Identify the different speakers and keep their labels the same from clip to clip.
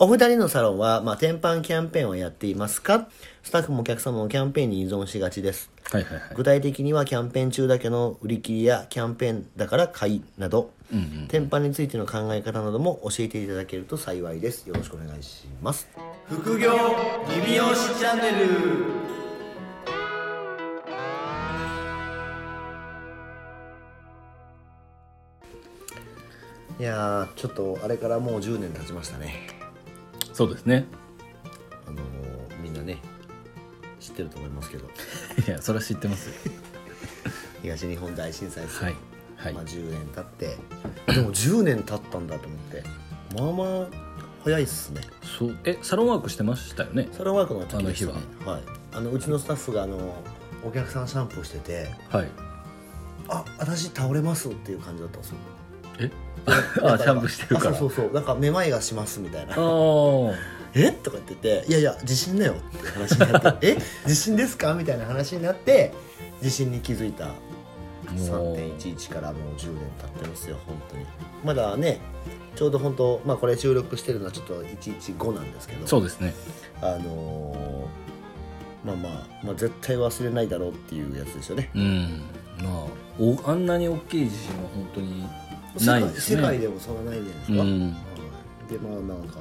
Speaker 1: お二人のサロンは、まあ、転販キャンペーンをやっていますかスタッフもお客様もキャンペーンに依存しがちです。
Speaker 2: はいはいはい。
Speaker 1: 具体的にはキャンペーン中だけの売り切りやキャンペーンだから買いなど、転販についての考え方なども教えていただけると幸いですよろしくお願いします副業リビオシチャンネルいやーちょっとあれからもう10年経ちましたね
Speaker 2: そうですね。
Speaker 1: あのーみんなね知ってると思いますけど
Speaker 2: いや、それは知ってますよ。
Speaker 1: 東日本大震災ですよ
Speaker 2: はい。はい
Speaker 1: まあ、。10年経ってでも10年経ったんだと思ってまあまあ早いっすね
Speaker 2: そう、え、サロンワークしてましたよね。
Speaker 1: サロンワークの時でしたね
Speaker 2: あの
Speaker 1: は、い、あのうちのスタッフがあのお客さんシャンプーしてて
Speaker 2: はい。
Speaker 1: 「あ私倒れます」っていう感じだったんですよ
Speaker 2: え。あ、シャンプーしてるから。
Speaker 1: あそうそうそうなんかめまいがしますみたいな
Speaker 2: あ
Speaker 1: 「えとか言ってて「いやいや地震だよ」って話にな って「え地震ですか?」みたいな話になって地震に気づいた
Speaker 2: あ。もう。
Speaker 1: 3.11からもう10年経ってますよ本当にまだねちょうど本当まあこれ収録してるのはちょっと115なんですけど
Speaker 2: そうですね。
Speaker 1: あのーまあまあまあ絶対忘れないだろうっていうやつですよね
Speaker 2: うん。まあ、お、あんなに大きい地震は本当に。
Speaker 1: 世
Speaker 2: な
Speaker 1: 界
Speaker 2: いですね。
Speaker 1: 世界でもそんなないじゃないですか、
Speaker 2: う
Speaker 1: はい
Speaker 2: ん。
Speaker 1: でまあなんか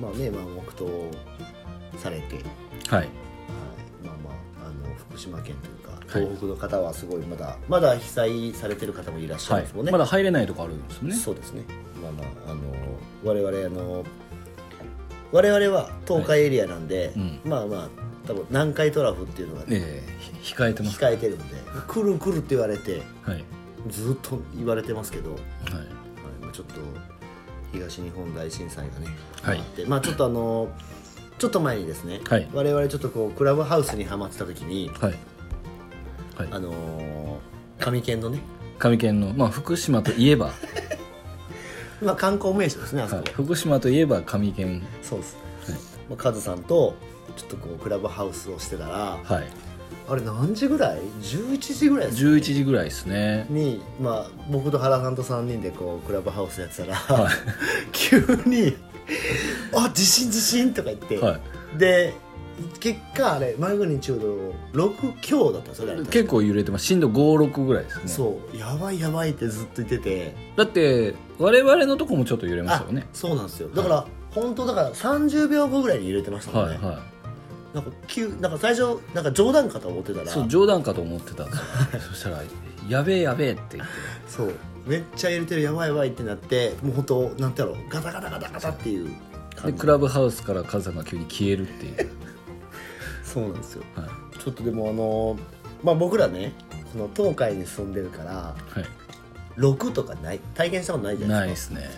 Speaker 1: まあねまあ黙祷されて、はい、
Speaker 2: はい。
Speaker 1: まあまああの福島県というか
Speaker 2: い
Speaker 1: 東北の方はすごいまだまだ被災されてる方もいらっしゃ
Speaker 2: は
Speaker 1: るんですもんね、
Speaker 2: い。まだ入れないとこあるんですよね。
Speaker 1: そうですね。まあまああの我々あの我々は東海エリアなんで、
Speaker 2: うん
Speaker 1: まあまあ多分南海トラフっていうのが
Speaker 2: ええ、ひ控えてますか
Speaker 1: 控えてるんで、来る来るって言われて
Speaker 2: ら。はい。
Speaker 1: ずっと言われてますけど、はい
Speaker 2: はい。
Speaker 1: まあちょっと東日本大震災がね、
Speaker 2: はい
Speaker 1: あってまあちょっとあのちょっと前にですね、
Speaker 2: はい
Speaker 1: 我々ちょっとこうクラブハウスにハマってた時に
Speaker 2: はい。はい。
Speaker 1: あの上県のね、
Speaker 2: 上県の、まあ、福島といえば、は
Speaker 1: まあ観光名所ですねあそこ。
Speaker 2: い、福島といえば上県
Speaker 1: そうです、まあ、カズさんとちょっとこうクラブハウスをしてたら
Speaker 2: はい
Speaker 1: あれ何時ぐらい11時ぐらいです
Speaker 2: 11時ぐらいですね
Speaker 1: に、まあ、僕と原さんと3人でこうクラブハウスやってたら、
Speaker 2: は
Speaker 1: 急に「あ地震地震!」とか言って、
Speaker 2: は
Speaker 1: で結果あれマグニチュード6強だったそれあれ
Speaker 2: い結構揺れてます震度56ぐらいですね
Speaker 1: そうやばいやばいってずっと言ってて
Speaker 2: だって我々のとこもちょっと揺れましたよね
Speaker 1: そうなんですよだから、本当だから30秒後ぐらいに揺れてましたもん
Speaker 2: は
Speaker 1: ね、
Speaker 2: いは
Speaker 1: なんか急なんか最初なんか冗談かと思ってた
Speaker 2: い
Speaker 1: ら
Speaker 2: そう冗談かと思ってたん ですよそしたら「やべえやべえ」って言って
Speaker 1: そうめっちゃ入れてるやばいやばいってなってもう本当なんてやろうガタガタガタガタっていう
Speaker 2: で
Speaker 1: 感じ
Speaker 2: クラブハウスからカズさんが急に消える っていう、
Speaker 1: そうなんですよ
Speaker 2: はい
Speaker 1: ちょっとでもあのーまあ僕らねこの東海に住んでるから
Speaker 2: は
Speaker 1: 6とかない体験したことない
Speaker 2: い、
Speaker 1: じゃ
Speaker 2: な
Speaker 1: ない
Speaker 2: い
Speaker 1: で
Speaker 2: です
Speaker 1: か
Speaker 2: すね、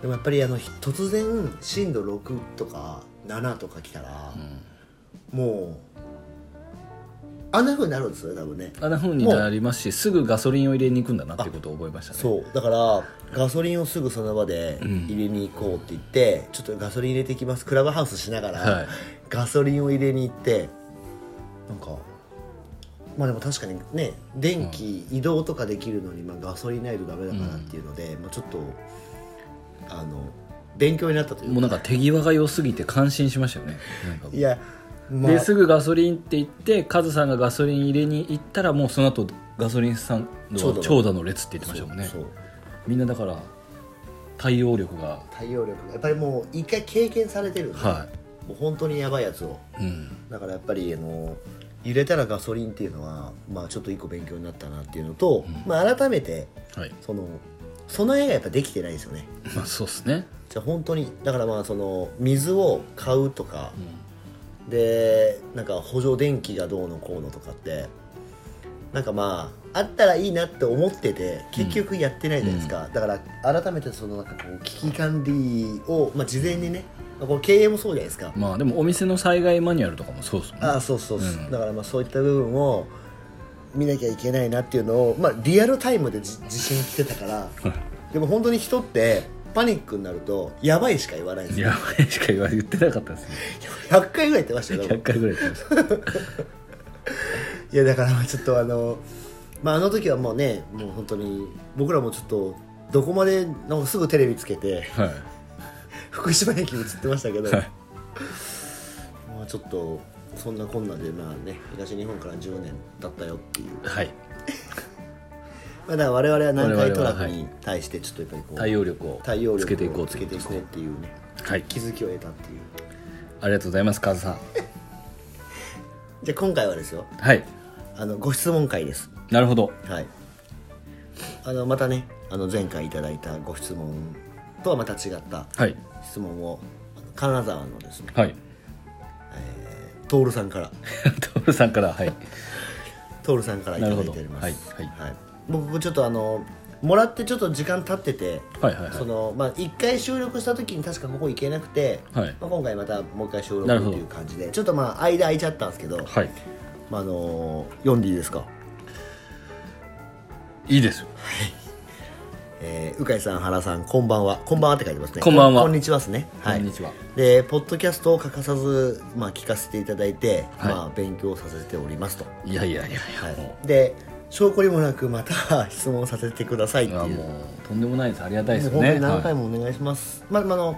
Speaker 1: でもやっぱりあのひ突然震度6とか7とか来たら
Speaker 2: う、ん、
Speaker 1: もうあんなふうになるんですよね多分ね
Speaker 2: あんなふうになりますしすぐガソリンを入れに行くんだなっていうことを覚えましたね
Speaker 1: そうだからガソリンをすぐその場で入れに行こうって言って、ちょっとガソリン入れてきますクラブハウスしながら、
Speaker 2: はい
Speaker 1: ガソリンを入れに行ってなんかまあでも確かにね電気移動とかできるのに、まあ、ガソリンないとダメだからっていうので、まあ、ちょっとあの勉強になったという
Speaker 2: もうなんか手際が良すぎて感心しましたよねなんか
Speaker 1: いや、まあ
Speaker 2: ですぐガソリンって言ってカズさんがガソリン入れに行ったらもうその後ガソリンスタンドは
Speaker 1: 長
Speaker 2: 長蛇の列って言ってましたもんね
Speaker 1: そうそう
Speaker 2: みんなだから対応力が
Speaker 1: 対応力がやっぱりもう一回経験されてるんで、
Speaker 2: は
Speaker 1: もう本当にやばいやつを。
Speaker 2: い、うん、
Speaker 1: だからやっぱりあの揺れたらガソリンっていうのは、まあ、ちょっと一個勉強になったなっていうのと、まあ、改めて
Speaker 2: はい
Speaker 1: その備えがやっぱできてないですよね
Speaker 2: まあそうっすね、
Speaker 1: じゃあ本当にだからまあその水を買うとか、でなんか補助電気がどうのこうのとかってなんかまああったらいいなって思ってて結局やってないじゃないですか、だから改めてそのなんかこう危機管理を、まあ、事前にね、まあこれ経営もそうじゃないですか、
Speaker 2: まあでもお店の災害マニュアルとかもそうっすもんね
Speaker 1: あそうそうそう、
Speaker 2: うん
Speaker 1: だからまあそういった部分を見なきゃいけないなっていうのを、まあ、リアルタイムでじ地震来てたからでも本当に人ってパニックになるとやばいしか言わないんですよ
Speaker 2: やばいしか言わ言ってなかったですね
Speaker 1: 100回ぐらい言ってましたよ多
Speaker 2: 100
Speaker 1: 分
Speaker 2: 回ぐらい言ってました
Speaker 1: いやだからまあちょっとあの、まあ、あの時はもうねもう本当に僕らもちょっとどこまでなんかすぐテレビつけて
Speaker 2: はい
Speaker 1: 福島駅映ってましたけど、
Speaker 2: はい
Speaker 1: まあ、ちょっとそんなこんなでまあね東日本から10年だったよっていう、
Speaker 2: はい
Speaker 1: まあ、だから我々は南海トラ
Speaker 2: 我々は
Speaker 1: フ
Speaker 2: はい
Speaker 1: に対してちょっとやっぱりこう
Speaker 2: 対応力を
Speaker 1: 対応力を
Speaker 2: つけていこう
Speaker 1: つ
Speaker 2: と
Speaker 1: けていこうっていうね
Speaker 2: はい
Speaker 1: 気づきを得たっていう
Speaker 2: ありがとうございますカズさん
Speaker 1: じゃあ今回はですよ
Speaker 2: はい
Speaker 1: あのご質問会です
Speaker 2: なるほど
Speaker 1: はいあのまたねあの前回いただいたご質問とはまた違った
Speaker 2: はい
Speaker 1: 質問をあの金沢のですね
Speaker 2: はい
Speaker 1: 徹さんから
Speaker 2: トールさんからはい
Speaker 1: 徹さんからいただいております、
Speaker 2: なるほどはい
Speaker 1: 僕ちょっとあのもらってちょっと時間経ってて、
Speaker 2: はいはいはい
Speaker 1: そのまあ、1回収録した時に確かここ行けなくて、
Speaker 2: はい
Speaker 1: まあ、今回またもう一回収録
Speaker 2: なるほ
Speaker 1: っ
Speaker 2: ど
Speaker 1: ていう感じでちょっとまあ間空いちゃったんですけど、
Speaker 2: はい
Speaker 1: まあ、あの読んでいいですか
Speaker 2: いいですよ
Speaker 1: えー、鵜飼さん原さんこんばんはこんばんはって書いてますね
Speaker 2: こんばんは
Speaker 1: こんにちはですねはい
Speaker 2: こんにちは
Speaker 1: でポッドキャストを欠かさず、まあ、聞かせていただいて、
Speaker 2: はい
Speaker 1: まあ、勉強させておりますと、
Speaker 2: いやいやいやい
Speaker 1: は
Speaker 2: やも
Speaker 1: い、で証拠にもなくまた質問させてくださいっ
Speaker 2: う
Speaker 1: て
Speaker 2: い
Speaker 1: いう
Speaker 2: や
Speaker 1: も
Speaker 2: もうとんでもないですありがたいで
Speaker 1: う
Speaker 2: す
Speaker 1: 本
Speaker 2: よ
Speaker 1: 当に
Speaker 2: ね
Speaker 1: 何回
Speaker 2: も
Speaker 1: もお願いします、まあまああの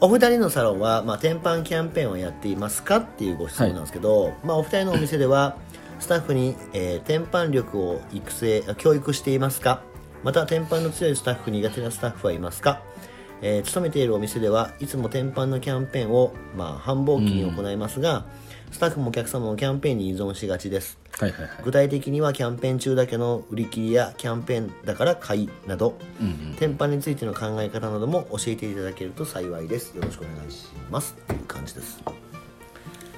Speaker 1: お二人のサロンは、まあ、転販キャンペーンをやっていますかっていうご質問なんですけど、まあ、お二人のお店ではスタッフに、えー、転販力を育成あ教育していますかまた転販の強いスタッフ苦手なスタッフはいますか、えー勤めているお店ではいつも転販のキャンペーンを、まあ、繁忙期に行いますが、スタッフもお客様もキャンペーンに依存しがちです
Speaker 2: はいはいはい
Speaker 1: 具体的にはキャンペーン中だけの売り切りやキャンペーンだから買いなど、
Speaker 2: うんうん
Speaker 1: 転販についての考え方なども教えていただけると幸いですよろしくお願いしますっていう感じです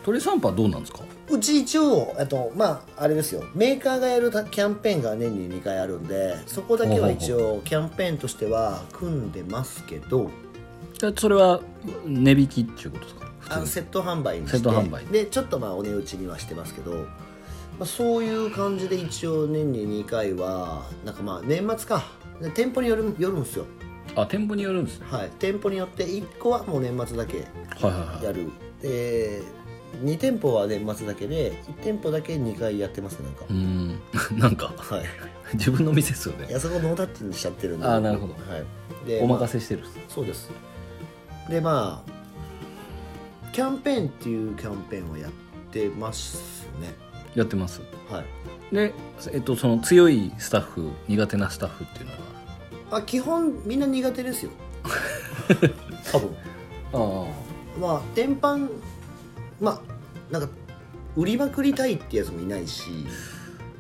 Speaker 2: 鳥散歩はどうなんですか
Speaker 1: うち一応あとまああれですよメーカーがやるたキャンペーンが年に2回あるんでそこだけは一応キャンペーンとしては組んでますけど
Speaker 2: じゃあそれは値引きっていうことですか
Speaker 1: あのセット販売にして
Speaker 2: セット販売
Speaker 1: でちょっとまあお値打ちにはしてますけど、まあ、そういう感じで一応年に2回はなんかまあ年末かで店舗によるよるんですよ
Speaker 2: あ店舗によるんですね
Speaker 1: はい店舗によって1個はもう年末だけ
Speaker 2: はいはいは
Speaker 1: やるで2店舗は年末だけで1店舗だけ2回やってますねなんか
Speaker 2: いう、ーん なんか
Speaker 1: はい
Speaker 2: 自分の店ですよ
Speaker 1: い
Speaker 2: ね
Speaker 1: やそこノータッチにしちゃってるんで
Speaker 2: あーなるほど
Speaker 1: はい、で
Speaker 2: お任
Speaker 1: ま
Speaker 2: せしてるっす
Speaker 1: あそうですでまあキャンペーンっていうキャンペーンをやってますね
Speaker 2: やってます
Speaker 1: はい
Speaker 2: で、えっと、その強いスタッフ苦手なスタッフっていう
Speaker 1: あ基本みんな苦手ですよ多分
Speaker 2: のは
Speaker 1: まあ転販まあなんか売りまくりたいってやつもいないし、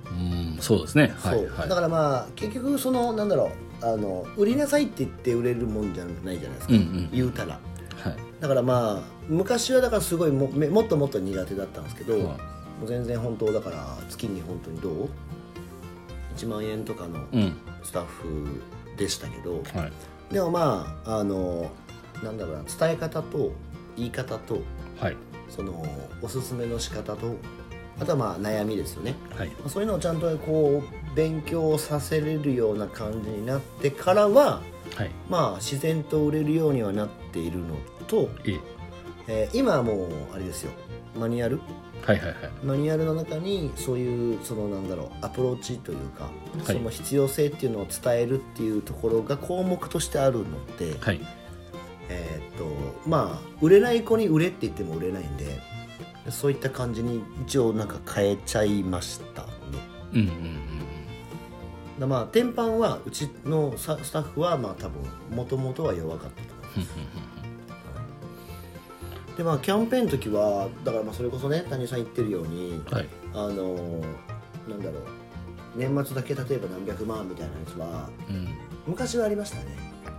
Speaker 2: ああうんそうですねは
Speaker 1: そ
Speaker 2: いうはい
Speaker 1: だからまあ結局そのなんだろうあの売りなさいって言って売れるもんじゃないじゃないですか、
Speaker 2: うんうん
Speaker 1: 言うたら
Speaker 2: はい
Speaker 1: だからまあ昔はだからすごいもめもっともっと苦手だったんですけど、
Speaker 2: うん
Speaker 1: もう全然本当だから月に本当にどう1万円とかの
Speaker 2: うん
Speaker 1: スタッフでしたけど、
Speaker 2: はい
Speaker 1: でもまああのなんだろうな伝え方と言い方と
Speaker 2: はい
Speaker 1: そのおすすめの仕方とあとはまあ悩みですよね
Speaker 2: はい
Speaker 1: まあそういうのをちゃんとこう勉強させれるような感じになってからは
Speaker 2: はい
Speaker 1: まあ自然と売れるようにはなっているのと、
Speaker 2: いい
Speaker 1: えー今はもうあれですよマニュアル
Speaker 2: はいはいはい
Speaker 1: マニュアルの中にそういうそのなんだろうアプローチというか、
Speaker 2: い
Speaker 1: その必要性っていうのを伝えるっていうところが項目としてあるので、
Speaker 2: はい
Speaker 1: えーっとまあ売れない子に売れって言っても売れないんでそういった感じに一応なんか変えちゃいましたね。
Speaker 2: うんうん
Speaker 1: だまあ天板はうちのさスタッフはまあ多分もともとは弱かったと思いますでまあキャンペーンの時はだからまあそれこそね谷さん言ってるように
Speaker 2: うんはい
Speaker 1: あのーなんだろう年末だけ例えば何百万みたいなやつは
Speaker 2: うん
Speaker 1: 昔はありましたね、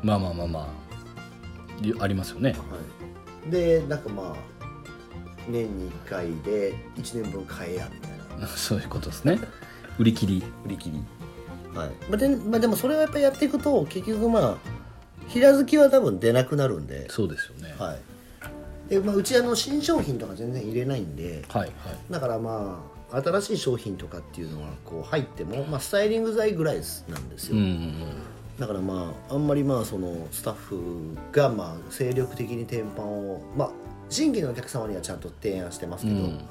Speaker 2: まあまあまあまありありますよね
Speaker 1: はい、でなんかまあ年に1回で1年分買えやみたいな
Speaker 2: そういうことですね売り切り
Speaker 1: 売り切り、はいまあでまあ、でもそれはやっぱりやっていくと結局まあ平月は多分出なくなるんで
Speaker 2: そうですよねは
Speaker 1: はいでまあ、うちあの新商品とか全然入れないんで
Speaker 2: いはい
Speaker 1: だからまあ新しい商品とかっていうのはこう入っても、まあ、スタイリング剤ぐらいなんです
Speaker 2: う
Speaker 1: よ、
Speaker 2: んうん
Speaker 1: だからまああんまりまあそのスタッフがまあ精力的に転販をまあ新規のお客様にはちゃんと提案してます
Speaker 2: う
Speaker 1: けど、
Speaker 2: ん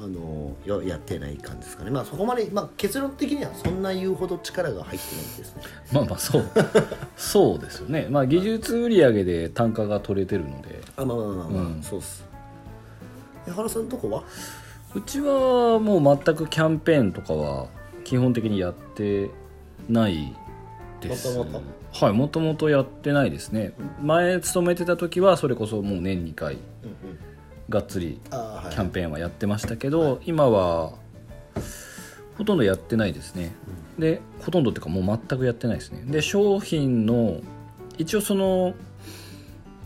Speaker 1: あのややってない感じですかねまあそこまで、まあ、結論的にはそんな言うほど力が入ってないですね
Speaker 2: まあまあそう そうですよねまあ技術売上で単価が取れてるので
Speaker 1: あまあまあまあ、まあ
Speaker 2: うん
Speaker 1: そうっす江原さんのとこは
Speaker 2: うちはもう全くキャンペーンとかは基本的にやってないです
Speaker 1: 元々
Speaker 2: はいもともとやってないですね前勤めてた時はそれこそもう年2回
Speaker 1: うんうん
Speaker 2: がっつり
Speaker 1: ああはい
Speaker 2: キャンペーンはやってましたけど、今はほとんどやってないですね、でほとんどっていうかもう全くやってないですねで商品の一応その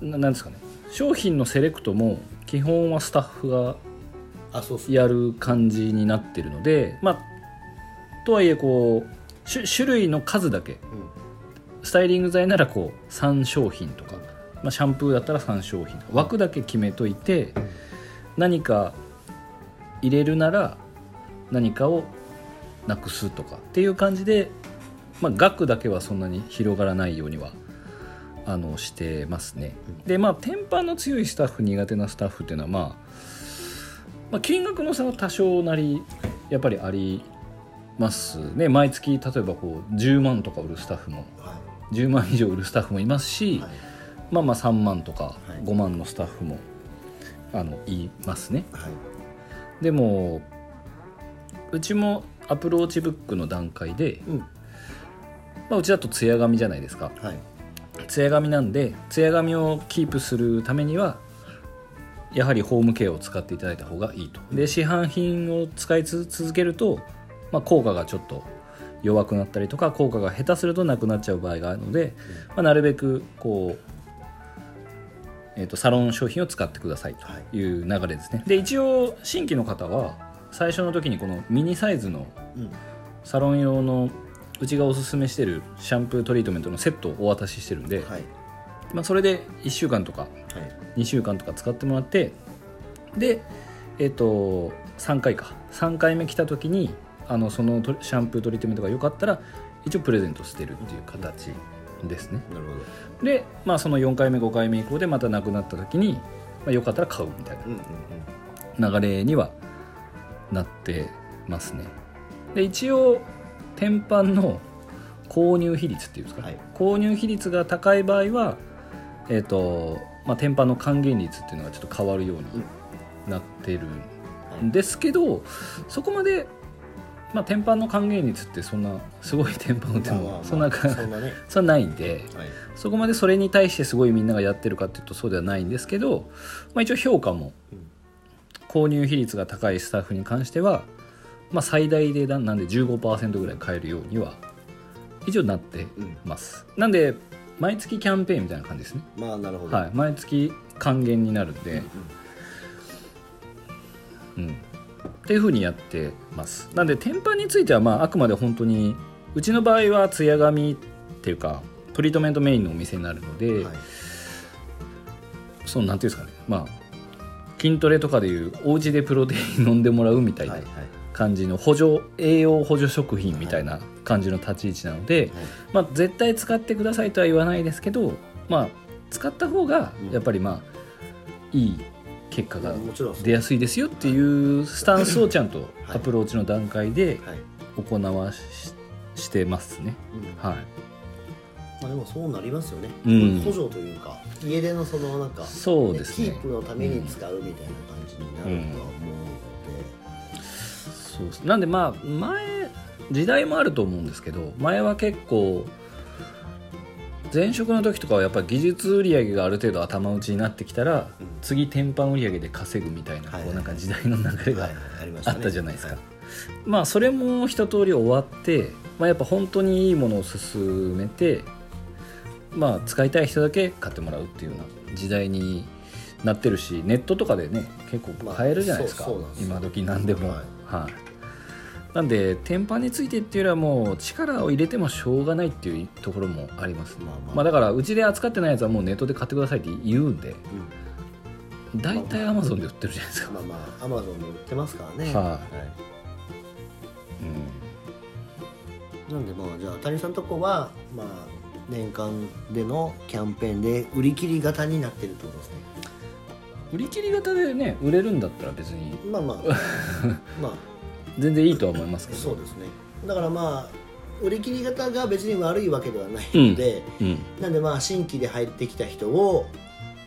Speaker 2: ななんですかね商品のセレクトも基本はスタッフが
Speaker 1: あそうっす
Speaker 2: やる感じになってるのでまあとはいえこう種種類の数だけ
Speaker 1: うん
Speaker 2: スタイリング剤ならこう3商品とか、まあ、シャンプーだったら3商品とか枠だけ決めといて何か入れるなら何かをなくすとかっていう感じで、まあ、額だけはそんなに広がらないようにはあのしてますね。でまあ天板の強いスタッフ苦手なスタッフっていうのは、まあ、まあ金額の差は多少なりやっぱりありますね毎月例えばこう10万とか売るスタッフも
Speaker 1: は
Speaker 2: 10万以上売るスタッフもいますし、
Speaker 1: いはい
Speaker 2: まあまあ3万とか
Speaker 1: はい
Speaker 2: 5万のスタッフもあのいますね
Speaker 1: はい
Speaker 2: でもうちもアプローチブックの段階で、
Speaker 1: うん
Speaker 2: まあ、うちだと艶髪じゃないですか
Speaker 1: はい
Speaker 2: 艶髪なんで艶髪をキープするためにはやはりホームケアを使っていただいた方がいいとで市販品を使いつ続けると、まあ、効果がちょっと弱くなったりとか効果が下手するとなくなっちゃう場合があるので、まあ、なるべくこう、えー、とサロン商品を使ってください
Speaker 1: はい
Speaker 2: という流れですねで一応新規の方は最初の時にこのミニサイズの
Speaker 1: うん
Speaker 2: サロン用のうちがおすすめしてるシャンプートリートメントのセットをお渡ししてるんで、
Speaker 1: はい
Speaker 2: まあ、それで1週間とか
Speaker 1: はい
Speaker 2: 2週間とか使ってもらってでえっ、と3回か3回目来た時にあのそのトリシャンプートリートメントが良かったら一応プレゼントしてるっていう形ですね
Speaker 1: なるほど
Speaker 2: で、まあ、その4回目5回目以降でまたなくなった時に、まあ、よかったら買うみたい
Speaker 1: うんうんうん
Speaker 2: な流れにはなってますねで一応天板の購入比率っていうんですか、
Speaker 1: はい
Speaker 2: 購入比率が高い場合は、えーとまあ、天板の還元率っていうのがちょっと変わるようになってるんですけど、そこまで、まあ、天板の還元率ってそんなすごい天板打って
Speaker 1: まあまあま
Speaker 2: も
Speaker 1: あ
Speaker 2: そんなか
Speaker 1: そんなね
Speaker 2: そんなないんで
Speaker 1: はい
Speaker 2: そこまでそれに対してすごいみんながやってるかっていうとそうではないんですけど、まあ、一応評価も
Speaker 1: うん
Speaker 2: 購入比率が高いスタッフに関しては、まあ、最大でななんで15%ぐらい買えるようには一応なって
Speaker 1: うん
Speaker 2: ますなんで毎月キャンペーンみたいな感じですね、
Speaker 1: まあなるほど
Speaker 2: はい、毎月還元になるんで、うん、っていうふうにやってますなんで天板については、まあ、あくまで本当にうちの場合は艶髪っていうかトリートメントメインのお店になるので、
Speaker 1: はい
Speaker 2: そのなんていうんですかねまあ筋トレとかでいうお家でプロテイン飲んでもらうみたい
Speaker 1: は
Speaker 2: ない
Speaker 1: はい
Speaker 2: 感じの補助栄養補助食品みたいな感じの立ち位置なの
Speaker 1: は
Speaker 2: で、
Speaker 1: い
Speaker 2: まあ、絶対使ってくださいとは言わないですけど、まあ、使った方が
Speaker 1: うん
Speaker 2: やっぱりまあいい結果が
Speaker 1: もちろんそう
Speaker 2: 出やすいですよっていうスタンスをちゃんと
Speaker 1: はい
Speaker 2: アプローチの段階で
Speaker 1: はい
Speaker 2: 行わししてますね。
Speaker 1: うん
Speaker 2: はい、
Speaker 1: まあでもそうなりますよね
Speaker 2: うん
Speaker 1: 補助というか家でのそのなんか
Speaker 2: そうです
Speaker 1: キ
Speaker 2: ね
Speaker 1: ープのために使うみたいな感じになるとは思うの
Speaker 2: そうですなんでまあ前時代もあると思うんですけど前は結構前職の時とかはやっぱ技術売上がある程度頭打ちになってきたら、
Speaker 1: うん
Speaker 2: 次天板売上で稼ぐみたいな,、
Speaker 1: はい
Speaker 2: こうなんか時代の流
Speaker 1: で
Speaker 2: れが
Speaker 1: はいありまし
Speaker 2: あ
Speaker 1: ね
Speaker 2: ったじゃないですか、
Speaker 1: は
Speaker 2: まあそれも一通り終わって、まあ、やっぱ本当にいいものを勧めてまあ使いたい人だけ買ってもらうっていうような時代になってるしネットとかでね結構買えるじゃないですか、
Speaker 1: まあそうそうなんですよ
Speaker 2: 今時何でも
Speaker 1: はい
Speaker 2: はいなんで天板についてっていうよりはもう力を入れてもしょうがないっていうところもありますね、
Speaker 1: まあまあ
Speaker 2: まあ、だからうちで扱ってないやつはもうネットで買ってくださいって言うんで大体アマゾンで売ってるじゃないです
Speaker 1: う
Speaker 2: か
Speaker 1: ん、まあまあアマゾンで売ってますからね
Speaker 2: はいうん
Speaker 1: なんでまあじゃあ谷さんとこはまあ年間でのキャンペーンで売り切り型になってるってことですね
Speaker 2: 売り切り型でね売れるんだったら別に
Speaker 1: まあ まあまあ
Speaker 2: 全然いいとは思いますけど
Speaker 1: そうですねだからまあ売り切り方が別に悪いわけではないので、
Speaker 2: うん
Speaker 1: なんでまあ新規で入ってきた人を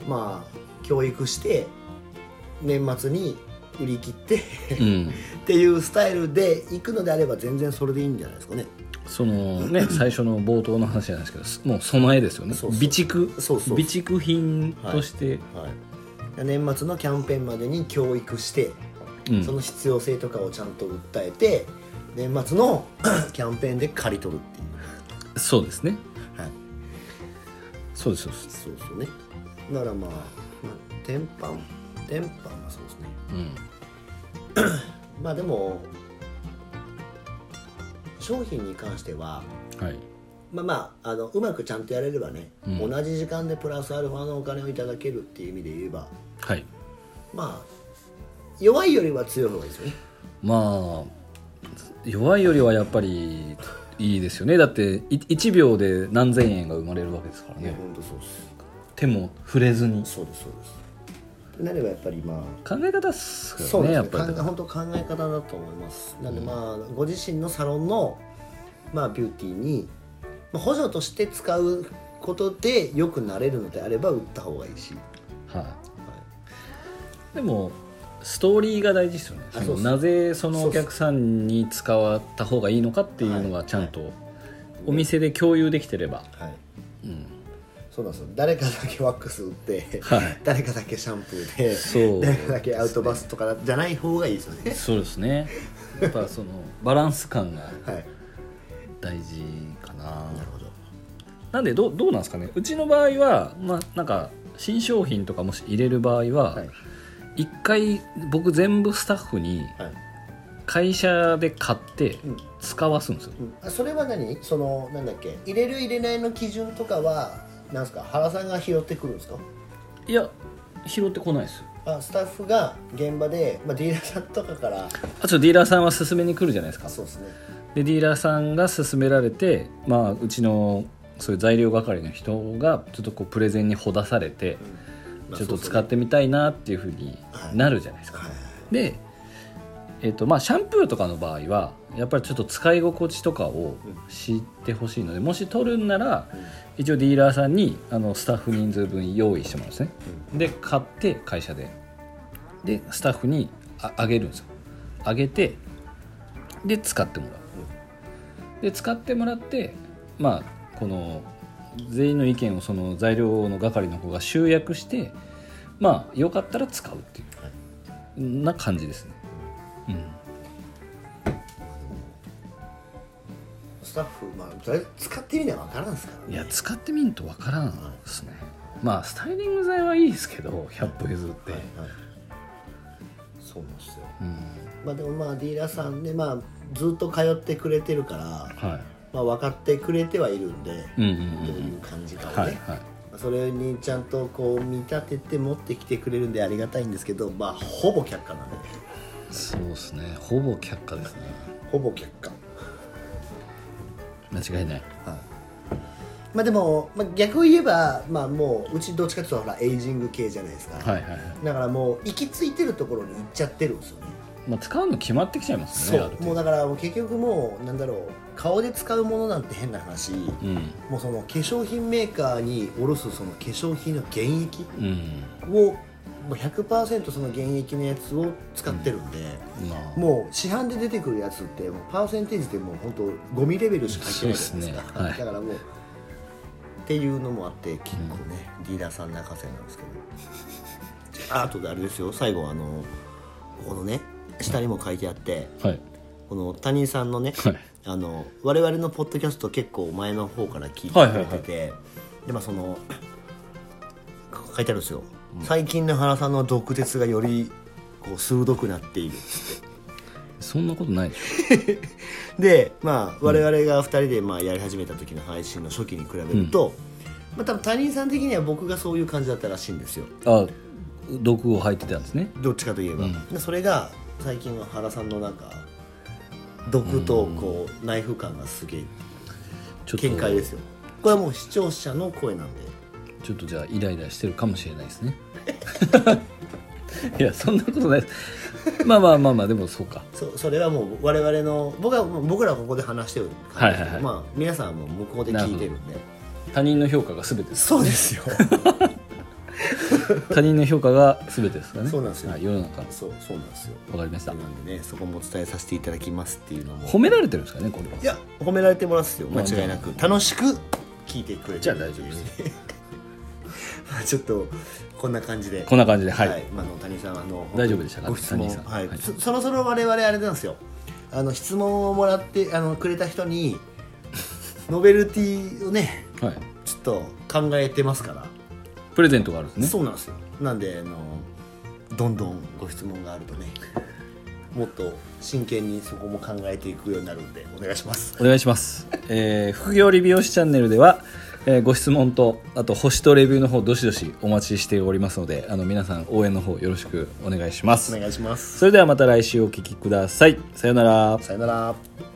Speaker 1: まあ教育して年末に売り切って
Speaker 2: うん
Speaker 1: っていうスタイルで行くのであれば全然それでいいんじゃないですかね
Speaker 2: そのね最初の冒頭の話じゃないですけどすもう備えですよね
Speaker 1: そうそう
Speaker 2: 備蓄
Speaker 1: そうそう
Speaker 2: 備蓄品として、
Speaker 1: はい、年末のキャンペーンまでに教育して、
Speaker 2: うん
Speaker 1: その必要性とかをちゃんと訴えて年末の キャンペーンで借り取るっていう
Speaker 2: そうですね
Speaker 1: はい
Speaker 2: そうですそうです
Speaker 1: そうですよねならまあ、まあ、天板天板はそうですね
Speaker 2: うん
Speaker 1: まあでも商品に関しては
Speaker 2: はい
Speaker 1: まあまああのうまくちゃんとやれればね、
Speaker 2: うん
Speaker 1: 同じ時間でプラスアルファのお金をいただけるっていう意味で言えば
Speaker 2: はい
Speaker 1: まあ弱いよりは強い方がいいですよね
Speaker 2: まあ弱いよりはやっぱりいいですよねだってい1秒で何千円が生まれるわけですから
Speaker 1: いや
Speaker 2: ね
Speaker 1: 本当そうです
Speaker 2: 手も触れずに
Speaker 1: そうですそうですってなればやっぱりまあ
Speaker 2: 考え方っすからね
Speaker 1: そうですね
Speaker 2: やっぱり
Speaker 1: 考え本当考え方だと思いますなんでまあ、ご自身のサロンの、まあ、ビューティーに、まあ、補助として使うことで良くなれるのであれば売った方がいいし、
Speaker 2: は
Speaker 1: はい
Speaker 2: い、でもストーリーが大事ですよね
Speaker 1: あ
Speaker 2: その
Speaker 1: そうそう
Speaker 2: なぜそのお客さんに使わった方がいいのかっていうのがちゃんとお店で共有できてれば、
Speaker 1: はい、
Speaker 2: うん、
Speaker 1: そうなんですよ誰かだけワックス打って、
Speaker 2: はい
Speaker 1: 誰かだけシャンプーで
Speaker 2: そう
Speaker 1: 誰かだけアウトバスとかじゃない方がいいですよね
Speaker 2: そうですねやっぱそのバランス感が
Speaker 1: はい
Speaker 2: 大事かな
Speaker 1: なるほど
Speaker 2: なんでどうどうなんですかねうちの場合は、まあ、なんか新商品とかもし入れる場合は、
Speaker 1: はい
Speaker 2: 一回僕全部スタッフに
Speaker 1: はい、
Speaker 2: 会社で買って
Speaker 1: うん
Speaker 2: 使わすんですよ、
Speaker 1: うんあそれは何そのなんだっけ入れる入れないの基準とかはなんですか原さんが拾ってくるんですか
Speaker 2: いや拾ってこないです
Speaker 1: あスタッフが現場で、まあ、ディーラーさんとかから
Speaker 2: あとディーラーさんは勧めに来るじゃないですか
Speaker 1: そうですね
Speaker 2: でディーラーさんが勧められて、まあ、うちのそういう材料係の人がちょっとこうプレゼンにほだされて、ちょっと使
Speaker 1: っ
Speaker 2: ってみたいなっていうふうになるじゃないですか、
Speaker 1: はい
Speaker 2: で、えっとまあ、シャンプーとかの場合はやっぱりちょっと使い心地とかを知ってほしいのでもし取るんなら一応ディーラーさんにあのスタッフ人数分用意してもらうんですねで買って会社ででスタッフにああげるんですよあげてで使ってもらうで使ってもらってまあこの全員の意見をその材料の係の方が集約してまあよかったら使うっていうな感じですね。うん、
Speaker 1: スタッフ、まあ、とりあえず使ってみな分からんですから
Speaker 2: い
Speaker 1: ね
Speaker 2: や使ってみんとわからんですね。まあスタイリング剤はいいですけど100歩譲って、
Speaker 1: はいそうなんですよ
Speaker 2: うん
Speaker 1: まあでもまあディーラーさんでまあずっと通ってくれてるから、
Speaker 2: は
Speaker 1: まあ、分かってくれてはいるんで、
Speaker 2: い、うんうんうん
Speaker 1: どう
Speaker 2: う
Speaker 1: い
Speaker 2: ん
Speaker 1: う感じかをね、
Speaker 2: はいはい
Speaker 1: まあそれにちゃんとこう見立てて持ってきてくれるんでありがたいんですけどまあほぼ却下なんで
Speaker 2: そうですねほぼ却下ですね
Speaker 1: ほぼ却下
Speaker 2: 間違いない
Speaker 1: はいまあでも、まあ、逆を言えば、まあ、もううちどっちかっていうとほらエイジング系じゃないですか、
Speaker 2: はいはいはい、
Speaker 1: だからもう行き着いてるところに行っちゃってるんですよね
Speaker 2: まあ、使うの決まってきちゃいます
Speaker 1: そ
Speaker 2: ねある
Speaker 1: うもう
Speaker 2: 程度
Speaker 1: だからもう結局もうなんだろう顔で使うものなんて変な話、
Speaker 2: うん
Speaker 1: もうその化粧品メーカーに卸すその化粧品の原液
Speaker 2: うん
Speaker 1: をもう100%その原液のやつを使ってるんで、
Speaker 2: まあ
Speaker 1: もう市販で出てくるやつってもうパーセンテージでもう本当ゴミレベルしか入ってないじゃないですか
Speaker 2: そうですねはい
Speaker 1: だからもうっていうのもあって結構ね、リーダーさん泣かせなんですけど ああとであれですよ最後あのこのね下にも書いてあって
Speaker 2: はい
Speaker 1: この谷井さんのね、
Speaker 2: はい
Speaker 1: あの我々のポッドキャスト結構前の方から聞いてくれてて、でまあその 書いてあるんですよ、最近の原さんの毒舌がよりこう鋭くなっている
Speaker 2: そんなことないでし
Speaker 1: でまあ我々が2人でまあやり始めた時の配信の初期に比べると、まあ多分他人さん的には僕がそういう感じだったらしいんですよ
Speaker 2: ょあ毒を吐いてたんですね
Speaker 1: どっちかといえば、
Speaker 2: うん
Speaker 1: でそれが最近は原さんのなんか毒とこうナイフ感がすげえ
Speaker 2: ちょっ
Speaker 1: 見解で
Speaker 2: と
Speaker 1: すよこれはもう視聴者の声なんで
Speaker 2: ちょっとじゃあイライラしてるかもしれないですね いやそんなことないですまあまあまあまあでもそうか
Speaker 1: そそれはもう我々の僕は僕らはここで話してる感じで
Speaker 2: はいはいはい
Speaker 1: まあ皆さんはもう向こうで聞いてるんで
Speaker 2: 他人の評価が全てです
Speaker 1: そうですよ
Speaker 2: 他人の評価が全てですからね
Speaker 1: そうなんですよ
Speaker 2: はい世の中わ
Speaker 1: そうそうなんですよ
Speaker 2: かりました
Speaker 1: なんでねそこもお伝えさせていただきますっていうのも
Speaker 2: 褒められてるんですかねこれはい
Speaker 1: や褒められてもらっすよ間違いなく楽しく聞いてくれてる
Speaker 2: じゃあ大丈夫です
Speaker 1: まあちょっとこんな感じで
Speaker 2: こんな感じではい、
Speaker 1: まああの谷さんあの
Speaker 2: 大丈夫でしたか
Speaker 1: ご質問
Speaker 2: 谷さん
Speaker 1: はい
Speaker 2: はい
Speaker 1: そそろそろ我々あれなんですよあの質問をもらってあのくれた人にノベルティをね
Speaker 2: はい、
Speaker 1: ちょっと考えてますから、
Speaker 2: プレゼントがあるんですね
Speaker 1: そうなんですよなんであのどんどんご質問があるとねもっと真剣にそこも考えていくようになるんでお願いします
Speaker 2: お願いします、えー副業理美容師チャンネルでは、えーご質問とあと星とレビューの方どしどしお待ちしておりますのであの皆さん応援の方よろしくお願いしま
Speaker 1: お
Speaker 2: す
Speaker 1: 願いします
Speaker 2: それではまた来週お聞きくださいさようなら
Speaker 1: さよなら